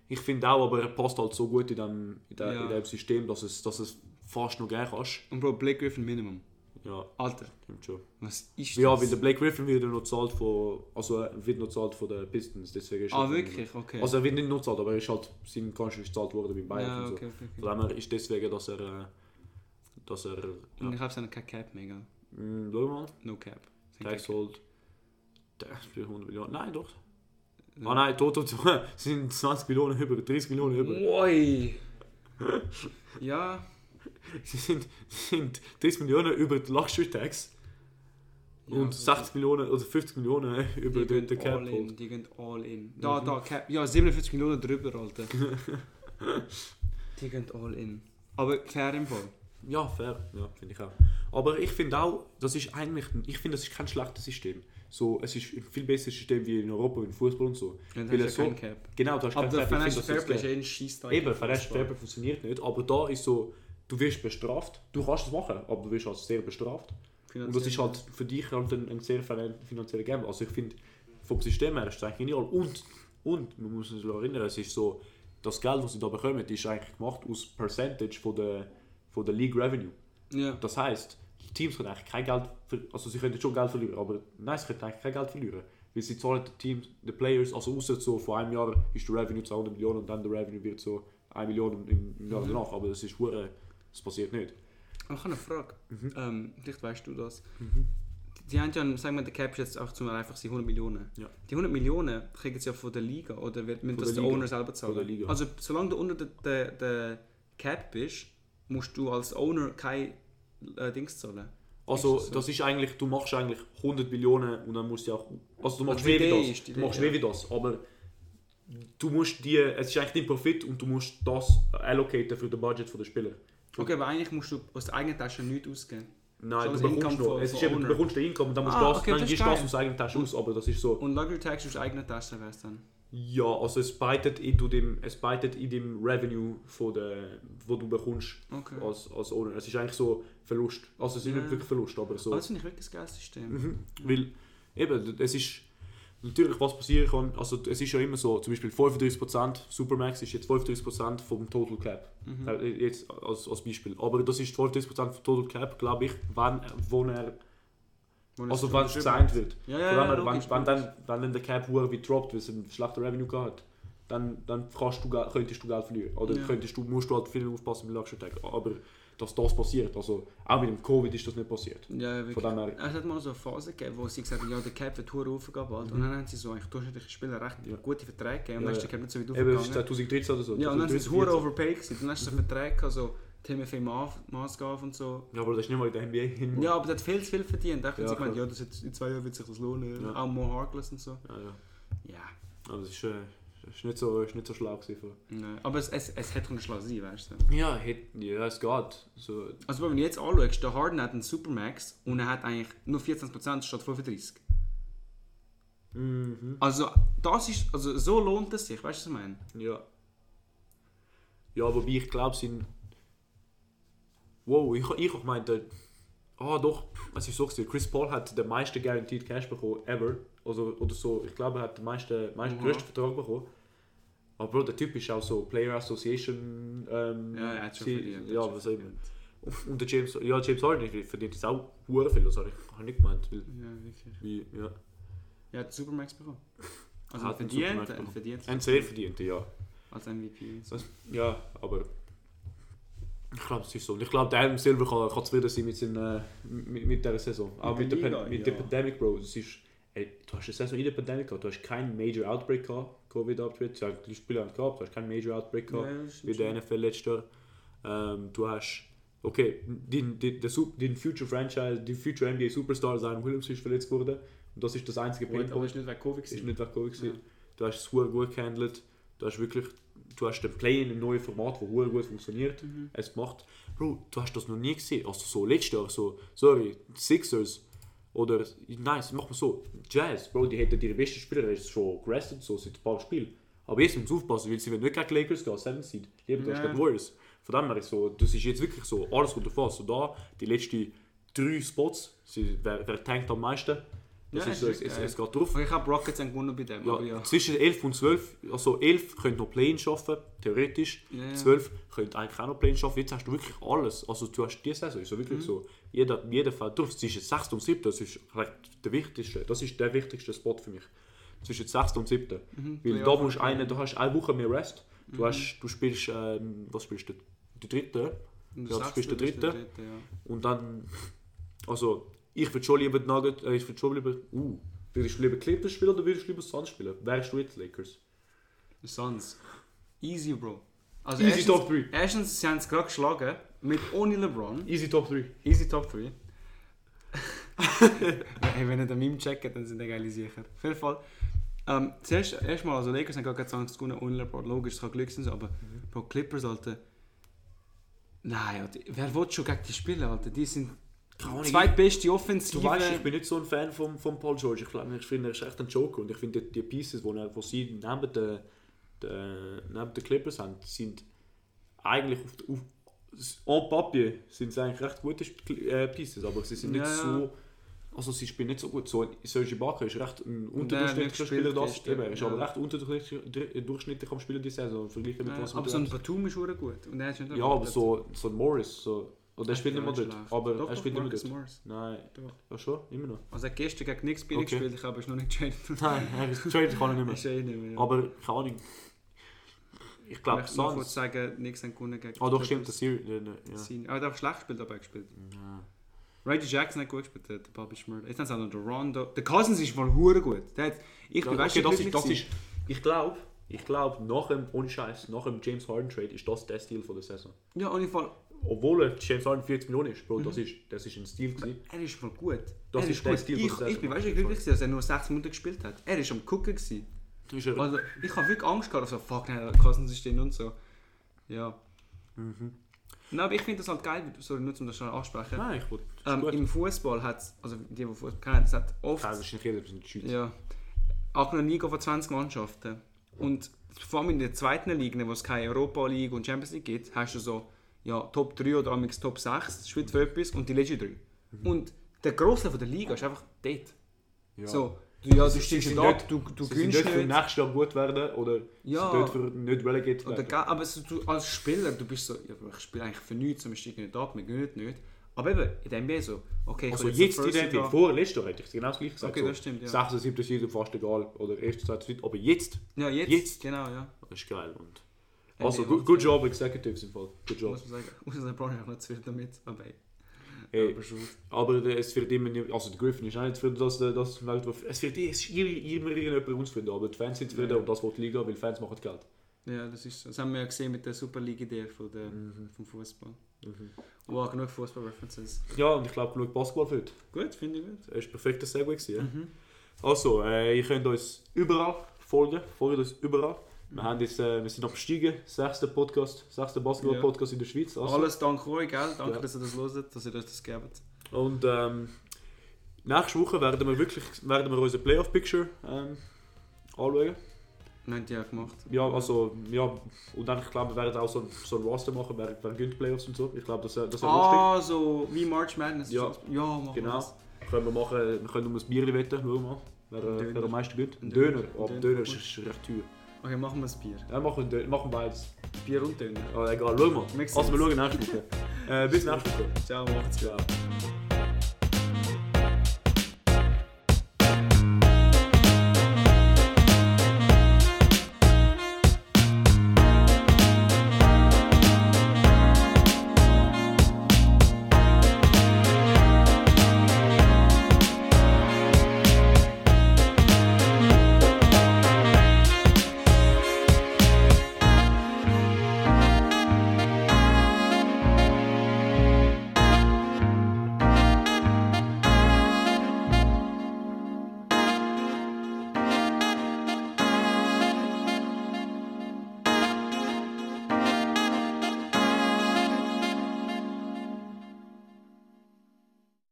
B: ich finde auch, aber er passt halt so gut in dem, in dem,
A: Ja.
B: in dem System, dass es, dass es fast noch gern kannst.
A: Und Bro, Blake Griffin Minimum.
B: Ja,
A: Alter,
B: stimmt schon.
A: was ist
B: Ja, weil
A: das?
B: der Blake Griffin wird noch zahlt von, also er wird noch zahlt von den Pistons, deswegen ist
A: Ah,
B: er-
A: wirklich? Okay.
B: Also er wird nicht nur gezahlt, aber er ist halt sein Ganzes ist gezahlt worden bei Bayern
A: ja,
B: und so.
A: okay, okay, okay.
B: Von dem her ist deswegen, dass er, äh, dass er,
A: Und
B: ja.
A: ich habe seine kein Cap mega.
B: Mm, schau mal,
A: No Cap. Sein
B: Tax
A: Cap.
B: Hold, der ist für 100 Millionen, nein doch. Ah nein, total sind 20 Millionen über, 30 Millionen über.
A: Oi. ja,
B: Sie sind, sind 30 Millionen über die Luxury Tax
A: Ja,
B: und
A: also-
B: 60 Millionen oder 50 Millionen über den, den Cap
A: all in,
B: Hold.
A: die gehen all in. Da,
B: Mhm.
A: da, Cap. Ja, 47 Millionen drüber, Alter. die gehen all in. Aber fair im Fall.
B: Ja, fair, ja, finde ich auch. Aber ich finde auch, das ist eigentlich, ich finde, das ist kein schlechtes System. So, es ist ein viel besseres System wie in Europa, in Fußball und so.
A: Dann
B: Weil
A: hast du
B: so-
A: ja keinen Cap.
B: Genau, du hast
A: Aber der
B: Cap, ich
A: Financial
B: finde, das
A: Fairplay ist
B: ist
A: eh ein Scheiss da.
B: der- Eben, Financial Fairplay funktioniert nicht, aber da ist so, du wirst bestraft, du kannst es machen, aber du wirst halt sehr bestraft. Und das ist halt für dich halt ein, ein sehr finan- finanzieller Game. Also ich finde, vom System her ist es eigentlich genial. Und, und man muss sich daran erinnern, es ist so, das Geld, das sie da bekommen, ist eigentlich gemacht aus Percentage von der, von der League Revenue.
A: Ja.
B: Das heisst, die Teams können eigentlich kein Geld, ver- also sie können schon Geld verlieren, aber nein, sie können eigentlich kein Geld verlieren. Weil sie zahlen den Teams, den Players, also außer so vor einem Jahr ist der Revenue 200 Millionen und dann der Revenue wird so 1 Million im
A: Mhm.
B: im Jahr danach, aber das ist hure, das passiert nicht.
A: Aber ich habe eine Frage.
B: Mhm.
A: Ähm, vielleicht weißt du das. Die haben ja, sagen wir, der Cap ist jetzt auch zum Beispiel einfach sie 100 Millionen.
B: Ja.
A: Die 100 Millionen kriegen sie ja von der Liga oder wird, müssen
B: Von
A: das
B: der
A: der
B: Liga.
A: Owner selber zahlen?
B: der Liga.
A: Also solange du unter der, der, der Cap bist, musst du als Owner kein äh, Dings zahlen.
B: Also
A: Ist das so?
B: das ist eigentlich, du machst eigentlich 100 Millionen und dann musst du ja auch, also du machst
A: die
B: weh wie
A: Idee
B: das,
A: ist die
B: du machst
A: Idee,
B: weh wie das, aber du musst die, es ist eigentlich dein Profit und du musst das allocaten für den Budget der Spieler.
A: Okay, aber eigentlich musst du aus der eigenen Tasche nichts ausgeben.
B: Nein,
A: Schon
B: du
A: das
B: bekommst
A: Income
B: noch.
A: von-
B: Es ist
A: von
B: eben, du
A: Owner.
B: bekommst den Income und dann musst du
A: Ah,
B: das,
A: okay,
B: dann
A: das ist
B: gibst du das
A: geil.
B: aus der eigenen Tasche aus, aber das ist so.
A: Und Luxury Tax aus der eigenen Tasche wär's dann.
B: Ja, also es beitet in du dem, es beitet in dem Revenue, von der, wo du bekommst
A: Okay.
B: als, als Owner. Es ist eigentlich so Verlust. Also es ist
A: Ja. Also
B: nicht wirklich Verlust, aber so.
A: Aber das finde ich wirklich ein geiles System.
B: Mhm. Weil eben, es ist natürlich, was passieren kann. Also es ist ja immer so, zum Beispiel 35%, Supermax ist jetzt 35% vom Total Cap.
A: Mhm.
B: Äh, Jetzt als, als Beispiel. Aber das ist 35% vom Total Cap, glaube ich, wenn, wo er,
A: Wo das
B: also
A: schon
B: wenn es
A: geschrieben
B: gesigned wird.
A: Ja,
B: Ja,
A: ja,
B: wenn,
A: ja,
B: er,
A: logisch,
B: wenn, wenn,
A: logisch.
B: dann, wenn dann der Cap hoch wie droppt, weil es ein schlechter Revenue gehabt hat, dann, dann kannst du, Geld- könntest du Geld verlieren. Oder
A: Ja.
B: könntest du, musst du halt viel aufpassen mit Luxury Tag. Aber dass das passiert, also auch mit dem Covid ist das nicht passiert.
A: Ja, ja,
B: Von
A: wirklich.
B: dem her,
A: Es hat mal so eine Phase gegeben, wo sie gesagt haben, ja, der Cap wird hoch raufgehen bald. Und dann haben sie so eigentlich durchschnittliche Spieler recht
B: Ja.
A: gute Verträge gegeben. Und
B: Mhm.
A: dann
B: Ja,
A: ist
B: ja.
A: der Cap nicht so weit
B: eben es ist
A: hochgegangen.
B: 2013 oder so. Mhm.
A: Ja, und dann sind sie
B: 2013,
A: hoch overpaid gewesen. Dann hast du so Verträge, gehabt, so Timothy Ma- Maßgabe und so.
B: 14. Ja, aber das ist nicht mal in der NBA hin.
A: Ja, aber der hat viel zu viel verdient. Da haben
B: Mhm. Ja,
A: sie gemeint,
B: klar.
A: ja, das hat, in zwei Jahren wird sich das lohnen.
B: Ja.
A: Auch Mo Harkless und so.
B: ja, ja.
A: Ja,
B: Aber das ist, äh, ist, nicht so, ist nicht so schlau gewesen. Von.
A: nein. Aber es, es, es hätte können schlau sein, weißt du.
B: Ja, hätte- ja, es geht. So,
A: Also wenn du jetzt anschaust, der Harden hat einen Supermax und er hat eigentlich nur 14% statt 35%.
B: mhm.
A: Also das ist, also so lohnt es sich, weißt du, was ich meine?
B: Ja. Ja, wobei ich glaube, sind. Wow, ich, ich auch meinte. Ah, doch, es ist so gewesen. Chris Paul hat den meisten Guaranteed Cash bekommen, ever. Also, oder so. Ich glaube, er hat den meisten, meisten
A: Mhm.
B: größten Vertrag bekommen. Aber Bro, der Typ ist auch so Player Association. Ähm,
A: Ja, er hat schon
B: sie-
A: verdient. er hat
B: Ja,
A: schon
B: was auch immer.
A: verdient.
B: Und der James, ja, James Harden verdient jetzt auch hure viel. Das habe ich, hab ich nicht gemeint. Weil,
A: Ja, wirklich.
B: wie, ja.
A: Er hat einen Supermax bekommen. Also
B: Er
A: er
B: hat einen
A: verdient,
B: Supermax
A: er
B: bekommen.
A: verdient
B: Ein sehr verdienter, ja.
A: als MVP. So.
B: Das- Ja, aber ich glaube, es ist so. Und ich glaube, der Adam Silver kann, kann zufrieden sein mit, seinen, äh, mit, mit dieser Saison. Auch mit,
A: Mit
B: der,
A: der
B: Pan-
A: Liga,
B: mit der
A: ja.
B: Pandemic, Bro. Es ist, ey, du hast eine Saison in der Pandemic gehabt, du hast keinen Major Outbreak gehabt, Covid-Outbreak. Ja, Die Spieler haben gehabt, du hast keinen Major Outbreak gehabt wie der NFL letztes Jahr. Ähm, du hast, okay, den, den, der, Sup- den Future Franchise, den Future NBA Superstar Zion Williams ist verletzt worden. Und das ist das einzige
A: Gut,
B: Pinpoint.
A: aber ist nicht wegen Covid
B: Ist
A: gewesen.
B: nicht weg Covid.
A: Ja.
B: gewesen. Du hast es sehr gut gehandelt. Du hast wirklich, du hast den Play in einem neuen Format, wo sehr gut funktioniert.
A: Mhm.
B: Es gemacht. Bro, du hast das noch nie gesehen. Also so letztes Jahr, so, sorry, Sixers. Oder, nein, mach mal so, Jazz, Bro, die hätten ihre besten Spieler das ist schon gerestet, so seit ein paar Spielen. Aber jetzt müssen sie aufpassen, weil sie werden nicht gegen die Lakers gehen, 7 Seed. Lieber du hast
A: Ja.
B: gegen die Warriors. Von dem her ist so, das ist jetzt wirklich so, alles unter Fass. So da, die letzten drei Spots, sie, wer, wer tankt am meisten, das
A: Ja,
B: ist so, es,
A: ist
B: es,
A: geil.
B: es geht drauf.
A: Aber Ich habe Rockets einen gewonnen bei dem,
B: Ja,
A: aber ja.
B: Zwischen 11 und 12, also 11 können noch Play-In schaffen, theoretisch.
A: Ja, ja.
B: 12 können eigentlich auch noch Play-In schaffen. Jetzt hast du wirklich alles. Also du hast diese Saison, ist so
A: Mhm.
B: wirklich so. Jeder, jeder fällt drauf. Zwischen 6 und 7, das ist recht der wichtigste, das ist der wichtigste Spot für mich. Zwischen 6 und 7. Weil da
A: Playoff.
B: musst du eine, du hast eine Woche mehr Rest.
A: Mhm.
B: Du, hast, du spielst, ähm, was spielst du? Die dritte.
A: Und
B: Ja, du
A: sagst,
B: bist der
A: bist
B: Dritte.
A: ja.
B: Und dann, also, ich würde schon lieber die Nugget, äh, ich würde schon lieber, uh, würdest du lieber Clippers spielen oder würdest du lieber Suns spielen? Wärst du jetzt Lakers?
A: Suns. Easy, Bro. Also
B: Easy
A: erstens,
B: Top 3.
A: Erstens, sie haben es gerade geschlagen, mit ohne LeBron.
B: Easy Top 3.
A: Easy Top 3. hey, wenn ihr den Meme checkt, dann sind die geile sicher. Auf jeden Fall. Ähm, zuerst, erstmal, also Lakers haben gar keine Chance gewonnen ohne LeBron. Logisch, es kann Glück sein, so, aber
B: Mhm.
A: Bro, Clippers, Alter. Nein, Alter, wer will schon gegen die spielen, Alter? Die sind
B: Keine
A: die zweitbeste Offensive.
B: Du weißt, ich bin nicht so ein Fan von, von Paul George. Ich glaube, ich finde, er ist echt ein Joker. Und ich finde, die, die Pieces, die er- die sie neben den, den, neben den Clippers haben, sind eigentlich auf, auf en Papier sind sie eigentlich recht gute Sp- äh, Pieces, aber sie sind nicht
A: Ja, ja.
B: so. Also sie spielen nicht so gut. So, ein Serge Ibaka ist recht ein
A: der hat nicht
B: unterdurchschnittlicher
A: gespielt
B: Spieler. Das,
A: gestern,
B: eben, er ist
A: ja.
B: aber recht unterdurchschnittlich durchschnittlich am Spielen diese Saison. Verglichen mit
A: Ja,
B: was
A: aber
B: wir
A: so ein
B: haben.
A: Batum ist verdammt gut. Und er hat nicht
B: Ja, aber so, so ein Morris. So. Und er
A: Ach,
B: spielt nicht
A: ja,
B: mehr dort.
A: schlecht.
B: Aber
A: Doch,
B: er
A: doch,
B: spielt nicht mehr
A: Marcus
B: dort.
A: Morris.
B: Nein.
A: Doch.
B: Ja schon, immer noch.
A: Also er hat gestern gegen nichts Spiel
B: Okay.
A: gespielt, ich habe es noch nicht getradet.
B: Nein, er ist Trade kann er nicht
A: Ist
B: mehr.
A: eh nicht mehr. ja.
B: Aber keine Ahnung. Ich
A: Ich
B: glaube,
A: möchte nur kurz
B: Suns.
A: sagen, nichts haben gewonnen gegen
B: Ah, doch,
A: die
B: stimmt,
A: Clippers.
B: das hier. ne, ne, Ja.
A: Sind- Aber er hat auch schlecht gespielt, aber er hat gespielt.
B: Ja.
A: Reggie Jackson hat gut gespielt, der der Bobby Schmurd. Jetzt haben sie auch noch den Rondo. Der Cousins ist wohl hure gut. Der hat, ich bin
B: Ja,
A: weißt du,
B: das ist,
A: glücklich
B: das ist,
A: gewesen.
B: ich glaube, ich glaube, nach dem, ohne Scheiß, nach dem James Harden Trade ist das der Stil von der Saison.
A: Ja, und ich Fall,
B: Obwohl er James Harden 40 Millionen ist, Bro, das ist, das ist ein Stil gewesen.
A: er ist voll gut.
B: Das
A: er
B: ist der Stil,
A: Ich,
B: was er
A: ich bin
B: macht.
A: weißt du, glücklich, gewesen, dass er nur 6 Minuten gespielt hat. Er war am Gucken. Gewesen.
B: Das ist er-
A: Also, ich habe wirklich Angst gehabt, so, fuck, nein, der Cousins ist drin und so. Ja. Nein, aber ich finde das halt geil, sorry, nur um das schon ansprechen.
B: Mhm. Nein, ich wollte.
A: Ähm,
B: gut.
A: Im Fußball hat es, also die, die Fußball kennen, es hat oft.
B: Das ist in Kiel, das ist in der Schweiz.
A: Ja. Ab einer Liga von 20 Mannschaften. Und vor allem in der zweiten Liga, wo es keine Europa League und Champions League gibt, hast du so ja, Top 3 oder amigs Top 6, spielt für etwas und die letzten drei. Und der Grosse von der Liga ist einfach dort.
B: Mhm. Ja.
A: So, du, ja, du
B: Sie- sie
A: stimmst
B: sind
A: da,
B: nicht-
A: du, du
B: Sie sind
A: gewinnst
B: dort für
A: nicht.
B: nächstes Jahr gut werden oder
A: Ja.
B: sie dort für nicht relegated
A: Oder,
B: werden.
A: ge- aber so, du, als Spieler, du bist so, ja, ich spiele eigentlich für nichts, wir steigen nicht ab, wir gewinnen nicht. Aber eben, in der NBA so, okay, ich
B: Also
A: will
B: jetzt
A: zur
B: die
A: First
B: Rente,
A: Liga-
B: vor letztes Jahr hätte ich genau das gleiche gesagt.
A: Okay, das stimmt, ja.
B: 6. 7. Season fast egal. Oder 1. 2. 3. Aber jetzt,
A: Ja, jetzt,
B: Jetzt.
A: genau, ja.
B: das ist geil. Und also,
A: NBA
B: good, good job, Executives im Fall. Good job.
A: Muss man sagen, außer der Bronny auch noch zu viel damit, aber ey.
B: Hey,
A: Aber schon.
B: aber der- es wird immer, nie- also der Griffin ist auch nicht für das, das, das Weltwurf. Es wird es ist immer, immer irgendjemand uns finden, aber die Fans sind zufrieden und das will die Liga, weil die Fans machen Geld.
A: Ja, das ist so. Das haben wir ja gesehen mit der Super League-Idee von der,
B: Mhm.
A: vom Fußball. Wow, genug Fußball-References.
B: Ja, und ich glaube, genug Basketball für heute.
A: Gut, finde ich gut.
B: Das war ein perfekter Segway. gewesen, Ja?
A: Mhm.
B: Also, äh, ihr könnt uns überall folgen. Folgt uns überall.
A: Mhm.
B: Wir, haben jetzt, äh, wir sind am Steigen. Sechster Podcast, sechster Basketball-Podcast in der Schweiz. Also.
A: Alles dank euch, gell? Danke,
B: Ja.
A: dass ihr das hört, dass ihr euch das gebt.
B: Und ähm, nächste Woche werden wir wirklich werden wir unser Playoff-Picture ähm, anschauen.
A: Wir haben die ja gemacht.
B: Ja, also, ja, und dann, ich glaube, wir werden auch so, ein- so ein Roster machen, wer, wer gönnt Playoffs und so. Ich glaube, das, wär- das wäre lustig.
A: Ah, so wie March Madness.
B: Ja.
A: ja machen wir
B: Genau.
A: das.
B: Können wir machen, wir können um ein Bier wetten, schauen wir mal. Wer, äh,
A: Döner.
B: wer am meisten gönnt. Ein
A: Döner.
B: Döner. Oh,
A: Döner.
B: Döner ist, ist recht teuer.
A: Okay, machen wir ein Bier.
B: Ja, machen, wir Döner- machen beides.
A: Bier und Döner.
B: Oh, egal, schauen wir.
A: Mix
B: Also, wir
A: it.
B: schauen nächste Woche. äh, bis nächste Woche.
A: Ciao, macht's gut.
B: Ja.